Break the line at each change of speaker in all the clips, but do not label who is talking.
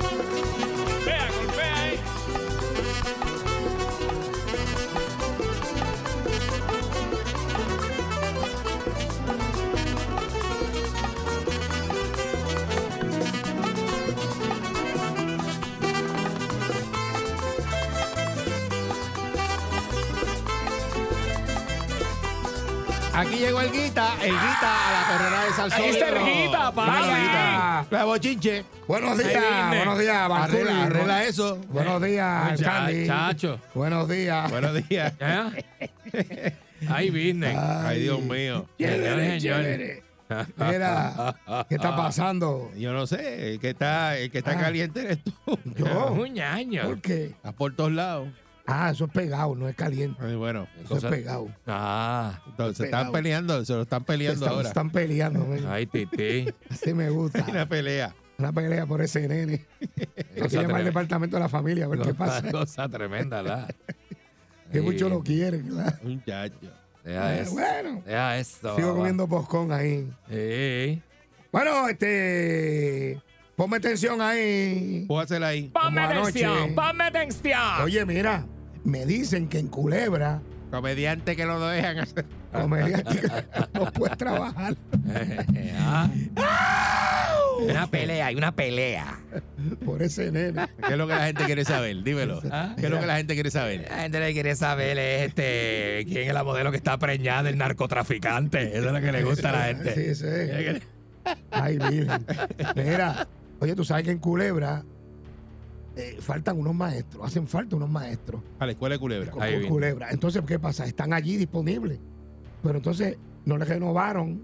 Golpea, golpea ahí.
Aquí llegó el Guita, el Guita a la carrera de Salsón.
Ahí está el Guita, papi.
La bochinche.
Buenos
viene.
días, buenos días, Barcul.
Arregla, arregla eso.
Buenos días, Candy.
Chacho.
Buenos días.
Buenos días.
¿Eh? Ahí vienen.
Ay, Dios mío.
Señores,
Chévere,
señores.
chévere. Mira, ¿qué está pasando?
Yo no sé, el que está, el que está
Ah.
caliente eres tú.
Yo,
Un año.
¿por qué?
Estás por todos lados.
Ah, eso es pegado, no es caliente.
Ay, bueno,
Eso es
cosas-
pegado.
Ah,
entonces, se
pegado.
están peleando, se lo están peleando
Están,
ahora.
están peleando, ven.
ay, Titi.
así me
Una
gusta.
pelea.
Una pelea por ese nene. Hay que
Cosa
llamar al
tremenda.
departamento de la familia a ver qué pasa.
Cosa tremenda, la.
Que
Ahí
muchos lo
viene.
quieren, ¿verdad?
Un chacho.
Deja
Pero
eso.
Bueno,
Deja eso.
sigo
papá.
comiendo boscón ahí.
Sí.
Bueno, este. Ponme atención ahí.
Póngasela ahí.
Ponme
Como anoche.
atención, ponme atención.
Oye, mira, me dicen que en Culebra,
Comediante que no lo dejan hacer.
comediante, no puedes trabajar.
Ah. Una pelea, hay una pelea.
Por ese nene.
¿Qué es lo que la gente quiere saber? Dímelo.
Ah.
¿Qué es lo que la gente quiere saber?
La gente le quiere saber es, este, quién es la modelo que está preñada del narcotraficante. Eso es lo que le gusta a la gente.
Sí, sí. Ay, virgen. Mira, oye, tú sabes que en Culebra eh, faltan unos maestros, hacen falta unos maestros
A la escuela de culebra.
con
Ahí viene.
Culebra. Entonces, ¿qué pasa? Están allí disponibles. Pero entonces no les renovaron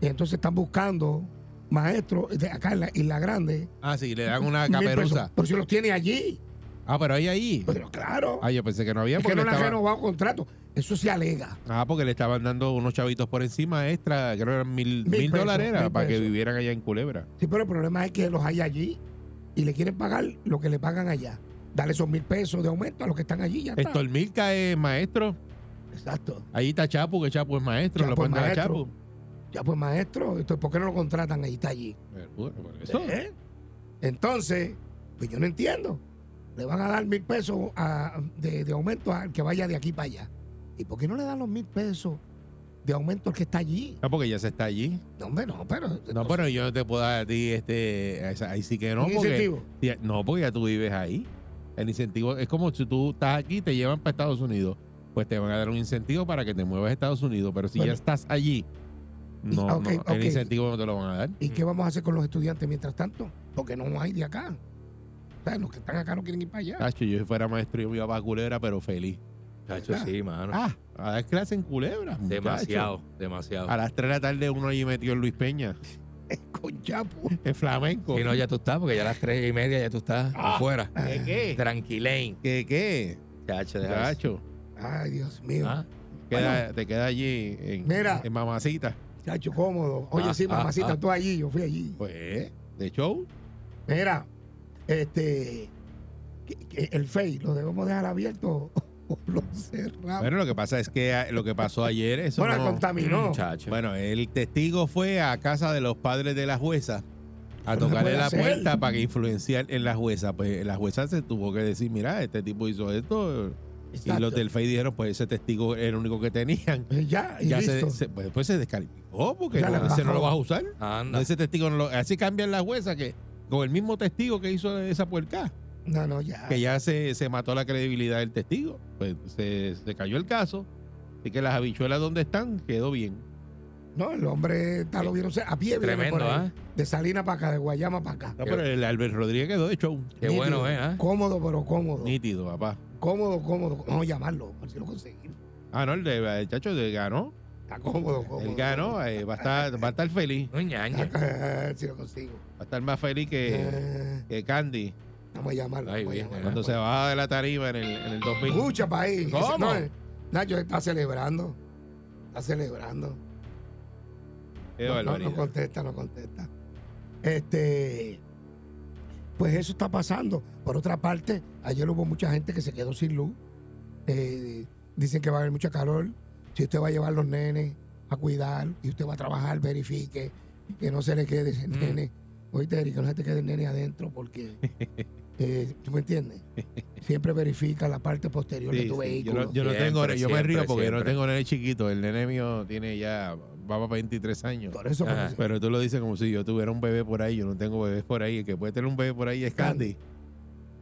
y entonces están buscando maestros de acá en la Isla Grande.
Ah, sí, le dan una
Mil pesos.
caperuza.
Pero si los tiene allí.
Ah, pero hay ahí.
Pero claro.
Ah, yo pensé que no había
Pues, Es
porque
que no le
le
han
estaban-
renovado contrato. Eso se alega.
Ah, porque le estaban dando unos chavitos por encima extra, creo que eran mil,
Mil
mil
pesos,
dólares era,
mil
para que
pesos.
vivieran allá en Culebra.
Sí, pero el problema es que los hay allí y le quieren pagar lo que le pagan allá. Dale esos mil pesos de aumento a los que están allí. Ya está.
Estormilca es maestro.
Exacto.
Ahí está Chapu, que Chapu es maestro.
Chapu
lo
es
ponen a
maestro.
Chapu.
Ya pues, maestro, esto, ¿por qué no lo contratan? Ahí está allí.
Eh, bueno, por eso.
¿Eh? Entonces, pues yo no entiendo. Le van a dar mil pesos a- de, de aumento al que vaya de aquí para allá. ¿Y por qué no le dan los mil pesos de aumento al que está allí?
Ah, porque ya se está allí.
No, hombre, no, pero...
No, pero yo no te puedo dar a ti este. esa- Ahí sí que no.
un
Porque,
incentivo.
ya- no, porque ya tú vives ahí. El incentivo es como si tú estás aquí y te llevan para Estados Unidos. Pues te van a dar un incentivo para que te muevas a Estados Unidos. Pero si
Bueno.
ya estás allí,
Y-
no,
ah, ok,
no, el
ok.
incentivo no te lo van a dar.
¿Y qué vamos a hacer con los estudiantes mientras tanto? Porque no hay de acá. O sea, los que están acá no quieren ir para allá.
Tacho, yo si fuera maestro, yo me iba para Culebra, pero feliz.
Chacho, sí, mano.
Ah, a dar clase en Culebra. muchacho.
Demasiado, demasiado.
A las 3 de la tarde uno allí metió en Luis Peña,
Con Chapo.
en flamenco.
Y no, ya tú estás, porque ya a las tres y media ya tú estás
Ah.
afuera.
¿Qué qué?
Tranquilain.
¿Qué qué?
Chacho, deja eso.
Chacho,
Ay, Dios mío.
Ah,
queda- te queda allí en,
Mira.
en mamacita.
Chacho, cómodo. Oye,
Ah,
sí,
ah,
mamacita,
ah.
tú allí, yo fui allí.
Pues, de show.
Mira, este. que- que El FEI, ¿lo debemos dejar abierto o lo cerramos?
Bueno, lo que pasa es que ah, lo que pasó ayer, eso
bueno,
no- Mm,
contaminó.
Chacho.
Bueno, el testigo fue a casa de los padres de la jueza
Eso no
a
se
tocarle
puede
la
hacer.
puerta para que influenciar en la jueza. Pues la jueza se tuvo que decir, mira, este tipo hizo esto. Y
Exacto.
los del FEI dijeron, pues ese testigo era el único que tenían.
Eh, Ya, y
Ya
listo.
se, se- pues, pues se descalificó porque
Ya le
no, ese no
bajó.
lo vas a usar. No,
Anda.
ese testigo no lo- así cambian la jueza que con el mismo testigo que hizo esa puerca,
No, no, ya.
que ya se, se mató la credibilidad del testigo. Pues se, se cayó el caso. Así que las habichuelas donde están quedó bien.
No, el hombre está lo vieron. A pie viene
Tremendo,
por ahí.
¿ah?
De Salina para acá, de Guayama para acá.
No, pero el Albert Rodríguez quedó de show.
Qué
Nítido.
bueno, ¿eh? ah.
Cómodo, pero cómodo.
Nítido, papá.
Cómodo, cómodo. Vamos a llamarlo, por si lo conseguimos.
Ah, no, el, de, el chacho de ganó.
Está cómodo, cómodo.
Él ganó, eh, va, a estar, va a estar feliz.
No, ñaña.
si lo consigo.
Va a estar más feliz que,
Eh,
que Candy.
vamos a llamarlo.
Ay,
vamos a
bien,
llamarlo.
Cuando se baja de la tarima en el, en el 2000.
Escucha, país.
¿Cómo?
No, eh, Nacho está celebrando. Está celebrando.
Qué
no, no,
barbaridad.
no contesta, no contesta. Este, pues eso está pasando. Por otra parte, ayer hubo mucha gente que se quedó sin luz. Eh, dicen que va a haber mucha calor. Si usted va a llevar los nenes a cuidar y usted va a trabajar, verifique que no se le quede el
Mm.
nene. Oíste, Eric, que no se te quede el nene adentro porque... eh, ¿Tú me entiendes? Siempre verifica la parte posterior
Sí,
de tu
sí, Yo
vehículo.
no, yo no
Siempre,
tengo, yo me río
siempre,
porque yo no
siempre.
tengo nene chiquito. El nene mío tiene ya, va para 23 años.
Por eso...
Ajá.
Pero tú lo dices como si yo tuviera un bebé por ahí. Yo no tengo bebés por ahí. El que puede tener un bebé por ahí es Candy.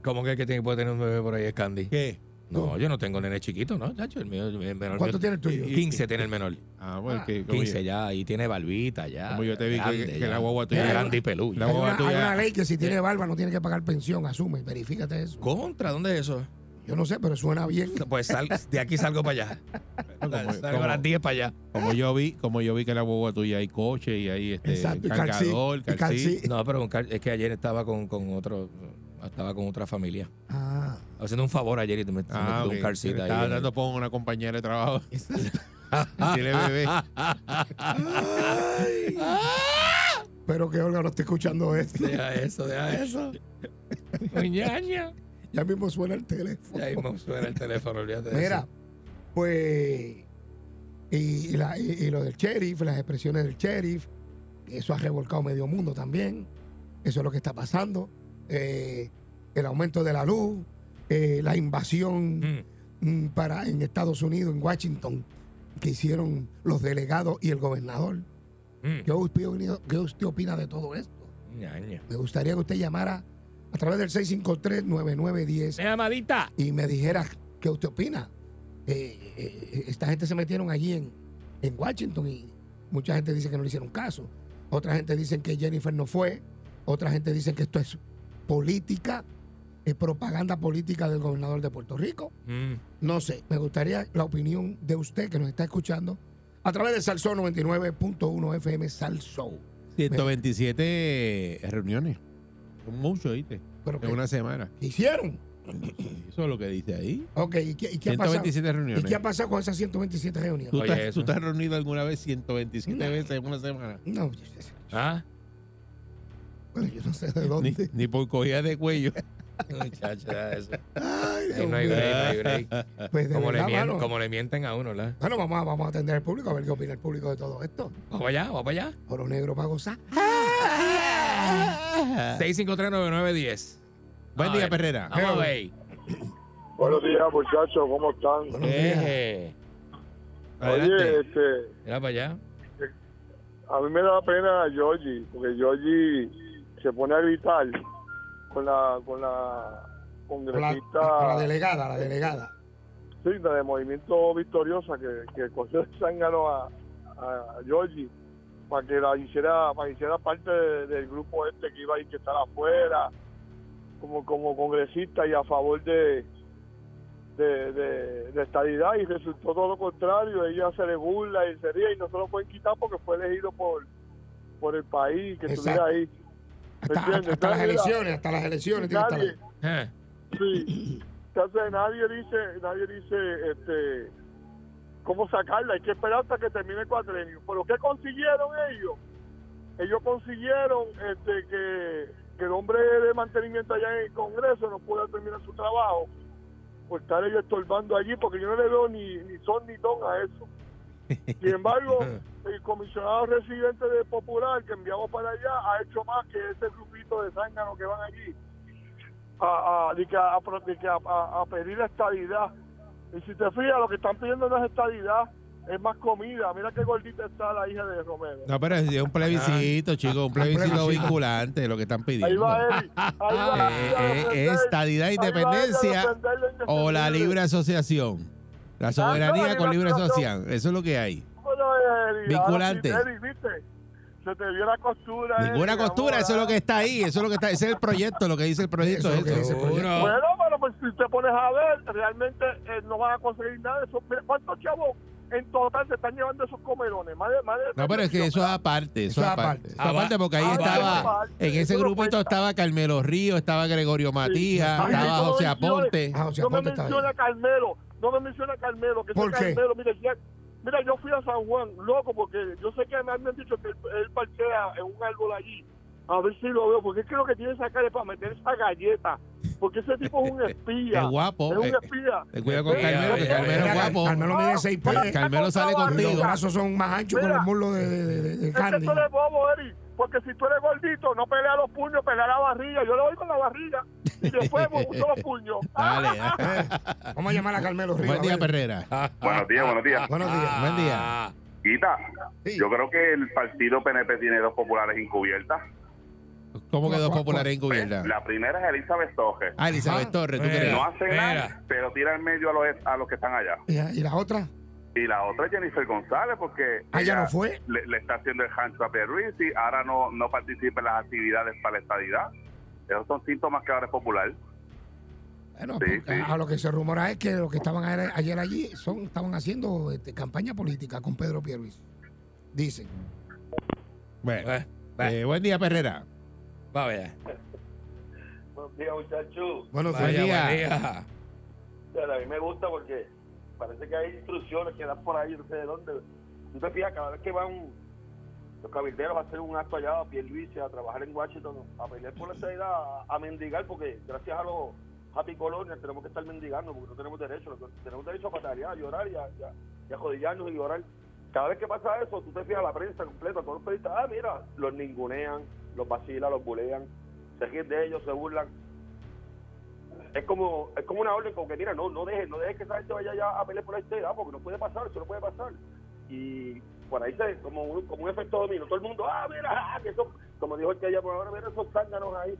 ¿Cómo que el que tiene, puede tener un bebé por ahí es Candy?
¿Qué?
No, yo no tengo nene chiquito, ¿no, chacho? El mío el menor.
¿Cuánto tiene el tuyo?
15 tiene el menor.
Ah, bueno, que como,
15
yo,
ya, y tiene barbita ya.
como yo te vi que,
grande
que
ya.
la guagua
Es
tuya era
grande y peludo.
La
Hay
guagua
una, hay
tuya-
una ley que si tiene barba no tiene que pagar pensión, asume, verifícate eso.
¿Contra? ¿Dónde es eso?
Yo no sé, pero suena bien.
Pues sal- de aquí salgo para allá.
como-
salgo a las 10 para allá.
Como yo vi, como yo vi que la boba tuya hay coche y hay este
Exacto, y calcí,
cargador,
y
calcí.
calcí.
No, pero con Car- es que ayer estaba con, con otro, estaba con otra familia.
Ah,
Haciendo un favor ayer y me, me
Ah,
tuve
ok.
un car seat
Le
ahí eh.
Estaba
en el-
dando con una compañera de trabajo. Tiene bebé.
pero que Olga no esté escuchando esto.
Deja eso, deja eso. Ñaña.
Ya mismo suena el teléfono.
Ya mismo suena el teléfono, olvídate de
Mira,
eso.
pues. Y, y la- y- y lo del sheriff, las expresiones del sheriff, eso ha revolcado medio mundo también. Eso es lo que está pasando. Eh, el aumento de la luz, eh, la invasión.
Mm.
mm, para en Estados Unidos, en Washington, que hicieron los delegados y el gobernador.
Mm.
¿Qué usted, opina- qué usted opina de todo esto?
Ñaña.
Me gustaría que usted llamara a través del 653-9910
llamadita.
y me dijera qué usted opina. Eh, eh, eh, esta gente se metieron allí en, en Washington y mucha gente dice que no le hicieron caso. Otra gente dice que Jennifer no fue. Otra gente dice que esto es política, eh, propaganda política del gobernador de Puerto Rico.
Mm.
No sé, me gustaría la opinión de usted que nos está escuchando a través de Salsón 99.1 FM Salsón.
127 eh, reuniones. Son mucho, ¿viste?
Pero
En
que
una semana.
¿qué hicieron.
Eso es lo que dice ahí.
Ok, ¿y qué, y qué ha pasado?
127
¿Y
reuniones.
qué ha pasado con esas 127 reuniones?
¿Tú,
Oye,
estás,
eso.
tú estás reunido alguna vez 127
No.
veces en una semana?
No,
¿Ah?
bueno, yo no sé de
Ni,
dónde.
ni por cogida de cuello.
Muchacha, deja eso.
Ay, Dios
Ahí no hay
mío.
break, no hay break.
Pues de
Como le,
verdad,
mien-
mano.
como le mienten a uno, ¿verdad?
Bueno, vamos a, vamos a atender al público, a ver qué opina el público de todo esto.
Vamos allá, vamos allá.
Oro negro para gozar.
6539910.
Buen
A
día,
ver.
Perrera.
Vamos a ver.
Buenos días, muchachos, ¿cómo están?
Buenos días.
Eh,
Oye,
Adelante.
este,
Mira para allá.
a mí me da pena a Georgie, porque Georgie se pone a gritar con la con la
Con La,
congresista,
con la delegada, la delegada.
sí, la de Movimiento Victoriosa, que, que cogió el zángano a, a Georgie para que la hiciera, para que hiciera parte de- del grupo este que iba a ir, que estaba afuera, como, como congresista y a favor de, de, de, de estadidad y resultó todo lo contrario, ella se le burla y se ríe y no se lo pueden quitar porque fue elegido por, por el país que
Exacto.
estuviera ahí.
Hasta,
entiendes?
hasta las
Nadie-
elecciones, hasta las elecciones. tiene que estar
Nadie,
Eh,
Sí. Entonces nadie dice, nadie dice este cómo sacarla, hay que esperar hasta que termine el cuatrenio. Pero ¿qué consiguieron ellos? Ellos consiguieron este que, que el hombre de mantenimiento allá en el Congreso no pueda terminar su trabajo por estar ellos estorbando allí, porque yo no le veo ni, ni son ni don a eso. Sin embargo, el comisionado residente de Popular que enviamos para allá ha hecho más que ese grupito de zánganos que van allí a, a, de que a, a pro- de que a- a- a pedir la estadidad. Y si te fijas, lo que están pidiendo no es estadidad, es más comida. Mira qué gordita está la hija de Romero.
No, pero es un
Ah.
plebiscito, chicos. Un plebiscito
plebiscito.
vinculante, lo que están pidiendo.
Ahí va él. Ahí va
Eh,
él a
eh,
defender-
estadidad e
ahí va él a
independencia
defender
o la
indefendible.
libre asociación. La
Ah,
soberanía con libre asociación. Eso es lo que hay.
Bueno, Eli,
Vinculante.
ahora sí, Eli, ¿viste? Se te vio la costura. Eli,
Ninguna
mi amor,
costura, eso es lo que está ahí, eso es lo que está, ese es el proyecto, lo que dice el proyecto.
Eso es lo que dice.
eso.
Seguro.
Bueno, pero pues si te pones a ver, realmente eh, no van a conseguir nada de eso. Mira, ¿Cuántos chavos En total se están llevando esos comerones. Más de- más de-
No, pero es que eso es aparte, eso es aparte. Eso es aparte porque ahí
Ah, vale.
estaba,
Aparte,
en ese
eso no
grupito
cuenta.
estaba Carmelo Río, estaba Gregorio Matías,
Ay,
estaba
no
José
mencione-
Aponte.
Ah, o sea,
no me
ponte esta
menciona a
vez.
Carmelo, no me menciona a Carmelo, que ese
¿Por qué?
Carmelo, mira, ya- mira, yo fui a San Juan, loco, porque yo sé que me han dicho que él, él parquea en un árbol allí, a ver si lo veo, porque creo que tiene esa cara para meter esa galleta, porque ese tipo es un espía,
Es guapo.
es un
eh,
espía.
Ten cuidado con
Mira,
Carmelo, que
mira,
Carmelo es
mira,
guapo.
Carmelo mide 6
Ah,
pies.
Carmelo sale
Y los
contigo.
brazos son más anchos que
Mira.
los muslos de, de, de, de
Es que
Candy.
tú eres bobo, Eri, porque si tú eres gordito, no pelea los puños, pelea la barriga. Yo le doy con la barriga y después me uso los puños.
Dale.
Vamos a llamar a Carmelo Río.
Buen
a
día,
ver.
Perrera.
Buenos días, buenos días.
Buenos días.
Buen día.
Ah.
Quita,
Sí.
yo creo que el partido PNP tiene dos populares encubiertas.
¿Cómo quedó
¿Cuál-
popular en cubierta?
La primera es Elizabeth Toje.
Ah, Elizabeth
Ajá.
Torres, ¿tú
Mira.
crees?
No hace
Mira.
nada, pero tira en medio a los, a los que están allá.
¿Y, y la otra?
Y la otra es Jennifer González, porque
Ah, ya no fue.
le, le está haciendo el handshake a Pierluisi, ahora no, no participa en las actividades para la estadidad. Esos son síntomas que ahora es popular.
Bueno,
Sí,
porque
sí.
a lo que se rumora es que lo que estaban ayer, ayer allí son, estaban haciendo este, campaña política con Pedro Pierluis. Dicen.
Bueno,
Eh, eh,
eh, buen día, Perrera.
va a ver.
Ah, Buenos días, muchachos.
Bueno,
Buen
Vaya,
día.
buen día.
Pero a mí me gusta porque parece que hay instrucciones que dan por ahí, no sé de dónde. Tú te fijas, cada vez que van los cabilderos a hacer un acto allá a Pierluisi, a trabajar en Washington, a pelear por la estadidad, a, a mendigar, porque gracias a los happy colonias tenemos que estar mendigando, porque no tenemos derecho. lo que- Tenemos derecho a patalear, a llorar y a, y a- y a jodillarnos y llorar. Cada vez que pasa eso, tú te fijas la prensa completa, todos los periodistas, ah, mira, los ningunean, los vacilan, los bulean, se ríen de ellos, se burlan es como es como una orden como que mira no no dejes no dejes que esa gente vaya ya a pelear por la estadidad porque no puede pasar eso no puede pasar y por ahí se como un, como un efecto dominó todo el mundo ah mira ah, que eso como dijo el que allá por ahora mira esos zánganos ahí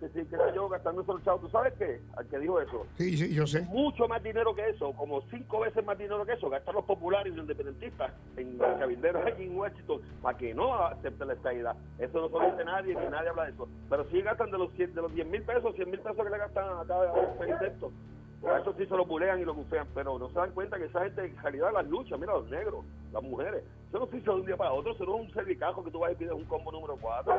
que sí que sé yo gastando esos chavos tú sabes qué al que dijo eso
Sí, sí, yo sé.
mucho más dinero que eso, como cinco veces más dinero que eso, gastan los populares y los independentistas en los cabilderos allí en Washington para que no acepten la estadidad. Eso no se lo dice nadie, ni nadie habla de eso. Pero sí gastan de los, cien- de los 10 mil pesos, 100 mil pesos que le gastan a cada país de estos. A esos sí se los bulean y los bufean, pero no se dan cuenta que esa gente en realidad las lucha, mira, los negros, las mujeres. Eso no se hizo de un día para otro, eso no es un servicajo que tú vas y pides un combo número 4.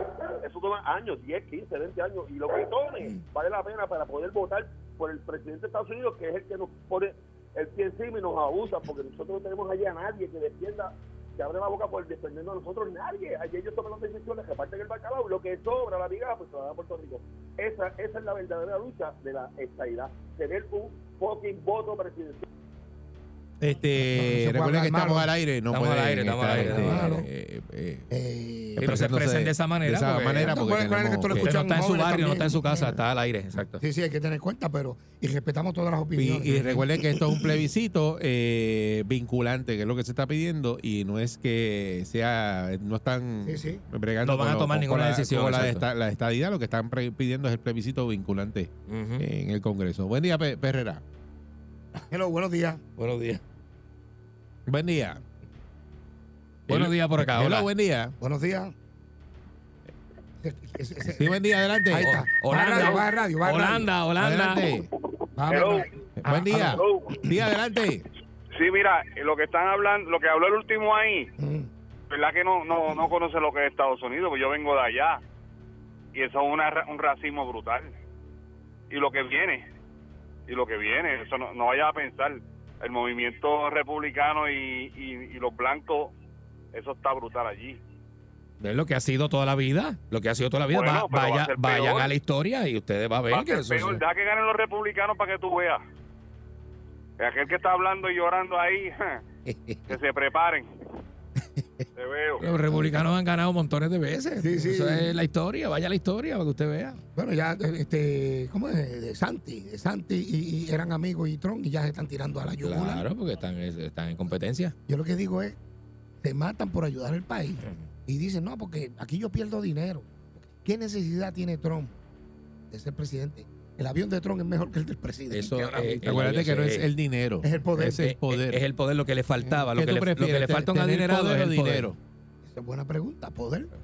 Eso toma años, 10, 15, 20 años, y lo que tome vale la pena para poder votar por el presidente de Estados Unidos, que es el que nos pone el pie encima y nos abusa, porque nosotros no tenemos allí a nadie que defienda, que abre la boca por defendernos a nosotros, nadie. Allí ellos toman las decisiones, reparten el bacalao, lo que sobra, la migaja, pues se la da a Puerto Rico. Esa, esa es la verdadera lucha de la estadidad, tener un fucking voto presidencial.
Este,
No, no se puede
recuerden
hablar
que estamos
malo.
al aire, no
Estamos
pueden
al aire, estamos
estar,
al aire,
este,
estamos al
eh, eh, eh,
Eh,
Pero se
expresándose
expresen de esa manera,
De esa
porque-
manera, porque
Recuerden que
tenemos
esto lo
que-
Usted no está en su
Escuchan
barrio, no
jóvenes
está en su casa,
también.
está al aire, exacto.
sí, sí, hay que tener cuenta, pero. Y respetamos todas las opiniones.
Y, y recuerden que esto es un plebiscito eh, vinculante, que es lo que se está pidiendo, y no es que sea, no están
Sí, sí.
bregando
No van a
con lo-
tomar
con
ninguna
la-
decisión,
con la,
exacto.
esta- la estadidad, lo que están pre- pidiendo es el plebiscito vinculante
Ujú.
eh, en el Congreso. Buen día, Pe- Perrera.
Hello, buenos días.
Buenos días.
Buen día.
Buenos
Hello-
días por acá.
hello,
Hola.
buen día.
Buenos días. Ese- ese-
Sí, buen día, adelante.
Ahí está. Va a radio, va a
Holanda,
radio, va a radio.
Holanda, Holanda.
Adelante.
Va a
Hello.
radio. Ah,
Buen día.
ah,
Día adelante.
Sí, mira, lo que están hablando, lo que habló el último ahí,
mm.
verdad que no, no, no conoce lo que es Estados Unidos, porque yo vengo de allá. Y eso es una ra- un racismo brutal. Y lo que viene, y lo que viene, eso no, no vayas a pensar. El movimiento republicano y, y, y los blancos, eso está brutal allí.
Es lo que ha sido toda la vida. Lo que ha sido toda la vida.
Bueno,
Va-
pero va a
vaya-
ser
vayan
peor.
a la historia y ustedes van a ver
Va a
que
ser
eso
peor,
es-
deja que ganen los republicanos para que tú veas. Y aquel que está hablando y llorando ahí, que se preparen. Te veo.
Los republicanos han ganado montones de veces.
Sí, sí.
Eso es la historia. Vaya a la historia para que usted vea.
Bueno, ya, este, ¿cómo es? De Santi. De Santi y, y eran amigos y Tron y ya se están tirando a la yugular.
Claro, porque están, están en competencia.
Yo lo que digo es, se matan por ayudar al país y dicen, no, porque aquí yo pierdo dinero. ¿Qué necesidad tiene Trump de ser presidente? El avión de Trump es mejor que el del presidente.
Eso,
ahora
eh,
mismo.
El
Acuérdate que no es
avión, sí.
el dinero.
Es el poder.
Es el poder.
Es el poder lo que le faltaba. Lo
¿Qué
que,
tú
le, lo que
prefieres,
le falta a un
tener
adinerado
poder
es
o
el poder.
dinero?
Esa es buena pregunta, poder. poder.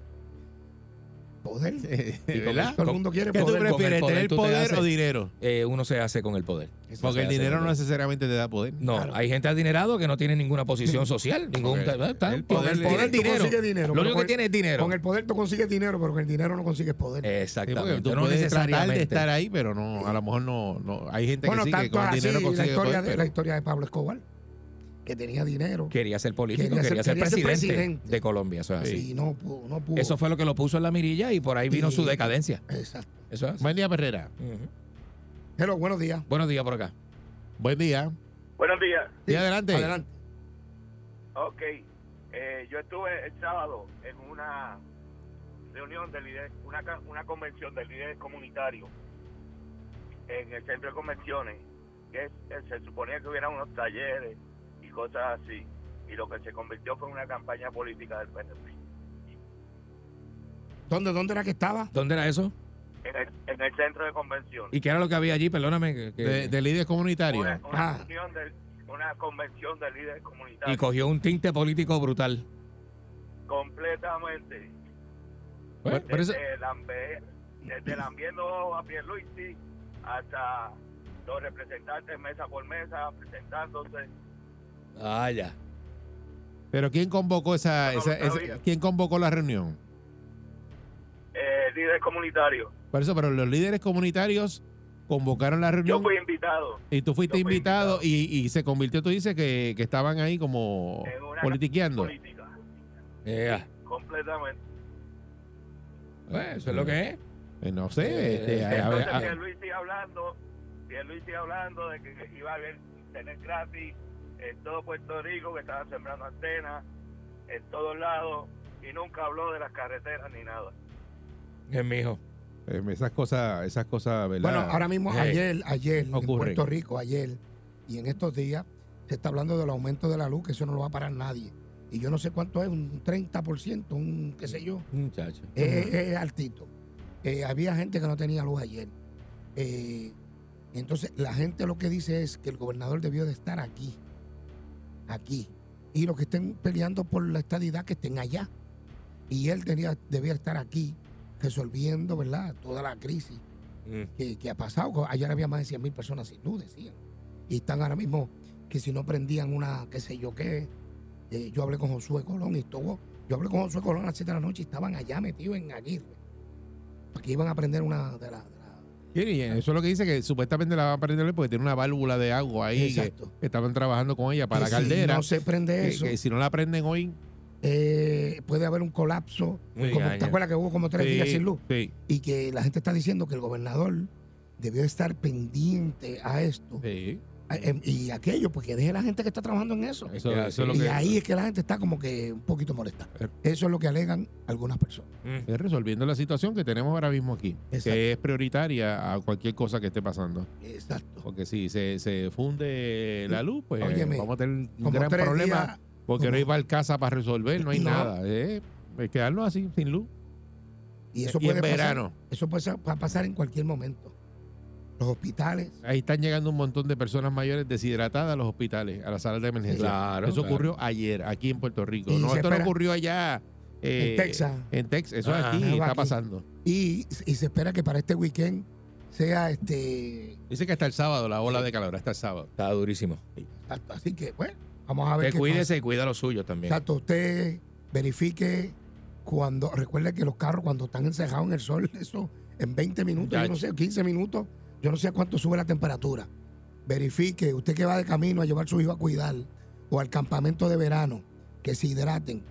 ¿Verdad?
Todo el mundo quiere
¿Qué tú
poder.
con el
prefieres,
poder
tener
tú te
poder
haces-
o dinero?
Eh, uno se hace con el poder.
Porque el dinero no necesariamente te da poder.
No, hay gente adinerado que no tiene ninguna posición social, ningún
Ok.
ta- ta-
El
tiene-
poder- el
tiene
poder
tú consigues dinero,
Lo
pero
único que
con-
tiene es dinero.
Con el poder tú consigues dinero, pero con el dinero no consigues poder.
Sí, porque
Exactamente.
tú
no
puedes tratar de
necesariamente.
estar ahí, pero no, a lo mejor no, no hay gente
bueno,
que sí que
tanto
con el
así
dinero
la
consigue
historia,
poder,
de,
pero-
la historia de Pablo Escobar, que tenía dinero
Quería ser político, quería,
Quería ser-
ser,
quería ser
presidente,
presidente.
de Colombia. Eso es así.
y no, pudo- no pudo.
Eso fue lo que lo puso en la mirilla y por ahí vino
Sí.
su decadencia.
Exacto.
Eso es así.
Buen día, Perrera.
Ujú.
Hello, buenos días.
Buenos días por acá.
Buen día.
Buenos días.
Y adelante.
Adelante.
Ok, eh, yo estuve el sábado en una reunión de líderes, una, ca- una convención de líderes comunitarios en el centro de convenciones, que es- eh, se suponía que hubiera unos talleres y cosas así, y lo que se convirtió fue en una campaña política del PNP.
¿Dónde, ¿Dónde era que estaba?
¿Dónde era eso?
En el, en el centro de convenciones.
¿Y qué era lo que había allí? Perdóname. que- que-
De, de líderes comunitarios.
Una, una
Ah.
reunión de- una convención de líderes
y
comunitarios.
cogió un tinte político brutal.
completamente.
Bueno,
desde,
pero eso-
el ambe- desde lambiendo a Pierluisi hasta los representantes mesa por mesa presentándose.
Ah, ya.
Pero ¿quién convocó esa,
No, no,
esa-
no
esa-
sabía.
quién convocó la reunión?
Eh, líder comunitario.
Por eso, pero los líderes comunitarios convocaron la
Yo
reunión
fui invitado
y tú fuiste
yo fui
invitado, Y, y se convirtió, tú dices que, que estaban ahí como
en una
politiqueando.
política.
Ea.
Completamente.
Pues, eso es lo que es.
Eh, No sé,
Eh,
este, a- a-
Entonces
a-
Pierluisi hablando, Pierluisi hablando de que iba a haber tener gratis en todo Puerto Rico, que estaban sembrando antenas en todos lados y nunca habló de las carreteras ni nada.
Es mi hijo.
eh, esas cosas, esas cosas, ¿verdad?
Bueno, ahora mismo,
Eh,
ayer, ayer, en
ocurre.
Puerto Rico, ayer, y en estos días, se está hablando del aumento de la luz, que eso no lo va a parar nadie. Y yo no sé cuánto es, un 30%, un qué sé yo,
Muchacho.
es eh, altito. Eh, había gente que no tenía luz ayer. Eh, entonces, la gente lo que dice es que el gobernador debió de estar aquí, aquí. Y los que estén peleando por la estadidad, que estén allá. Y él tenía, debía estar aquí, resolviendo, ¿verdad?, toda la crisis
Mm.
que, que ha pasado. Ayer había más de 100 mil personas sin luz, decían. Y están ahora mismo que si no prendían una, qué sé yo qué. eh, yo hablé con Josué Colón y estuvo. Yo hablé con Josué Colón a las 7 de la noche y estaban allá metidos en Aguirre. Porque iban a prender una de las. de la-
Sí, y eso es lo que dice que supuestamente la van a prender porque tiene una válvula de agua ahí que,
Exacto.
que estaban trabajando con ella para
Que
la caldera.
Si no se prende
que,
eso,
que si no la prenden hoy,
eh, puede haber un colapso.
Muy
como- ¿Te
gaña.
acuerdas que hubo como tres
sí,
días sin luz?
Sí,
Y que la gente está diciendo que el gobernador debió estar pendiente a esto
sí.
a- em, y aquello, porque deje la gente que está trabajando en eso.
Eso,
Ya,
eso es Eh. lo
y
que
ahí es que la gente está como que un poquito molesta. Eso es lo que alegan algunas personas.
Mm.
es resolviendo la situación que tenemos ahora mismo aquí,
Exacto.
que es prioritaria a cualquier cosa que esté pasando.
Exacto.
Porque si se, se funde la luz, pues
Óyeme,
vamos a tener un
Como
gran
tres
problema
días,
porque no
como-
hay barcaza para resolver, no hay
No.
nada. eh, Es quedarnos así, sin luz.
y eso
y en
puede pasar,
verano.
eso puede sa- va a pasar en cualquier momento. Los hospitales,
Ahí están llegando un montón de personas mayores deshidratadas a los hospitales, a las salas de emergencia.
Claro.
Eso
claro.
ocurrió ayer, aquí en Puerto Rico.
Y
No,
se
esto no
espera.
ocurrió allá.
En
eh,
Texas.
En Texas. Eso
Ah,
aquí
algo
está
aquí.
pasando.
y, y se espera que para este weekend sea este.
Dice que hasta el sábado, la ola de calor, hasta el sábado.
Está durísimo.
exacto. Así que, bueno, vamos a ver.
Que
qué pasa.
cuídese y cuida a los suyos también.
Exacto, usted verifique cuando, recuerde que los carros cuando están encejados en el sol, eso en 20 minutos, yo no sé, 15 minutos, yo no sé a cuánto sube la temperatura. Verifique, usted que va de camino a llevar a su hijo a cuidar o al campamento de verano, que se hidraten.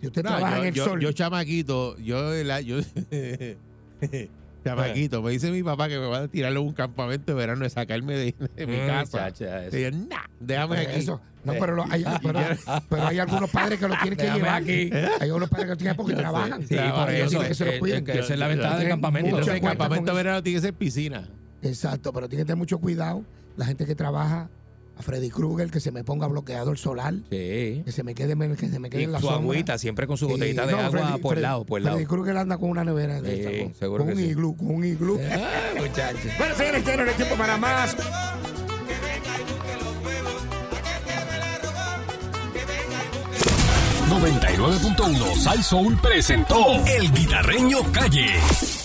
Si usted
No,
trabaja
yo,
en el
yo-
sol,
yo chamaquito, yo, la- yo-
Eh.
chamaquito, me dice mi papá que me va a tirarle a un campamento de verano de sacarme de, de mi
Mm,
casa.
chacha, eso.
Y yo, nah, déjame
eh,
aquí.
eso, no, pero, lo- hay, pero, pero hay algunos padres que lo tienen que
Déjame
llevar.
aquí.
Hay algunos padres que lo tienen porque trabajan.
Sí,
Trabajan,
por
yo
eso.
sé
que se
eh,
lo cuiden.
eh, que esa es la
Yo-
ventaja del
tienen
campamento.
mucha
Entonces, el
cuenta con
campamento de
eso.
verano tiene que ser piscina.
Exacto, pero tiene que tener mucho cuidado. La gente que trabaja, a Freddy Krueger, que se me ponga bloqueado el solar,
Sí.
que se me quede, que se me quede
Y
en la
su
sombra.
agüita, siempre con su
Sí,
botellita de
no,
agua
Freddy-
por
Freddy-
lado, por lado.
Freddy Krueger anda con una nevera de
Sí,
esa, con-
seguro
con
que
un
sí.
iglú, con un iglú.
Ah, muchacho.
Bueno, señores, ya no hay tiempo para más.
99.1 Sal Soul presentó El Guitarreño Calle.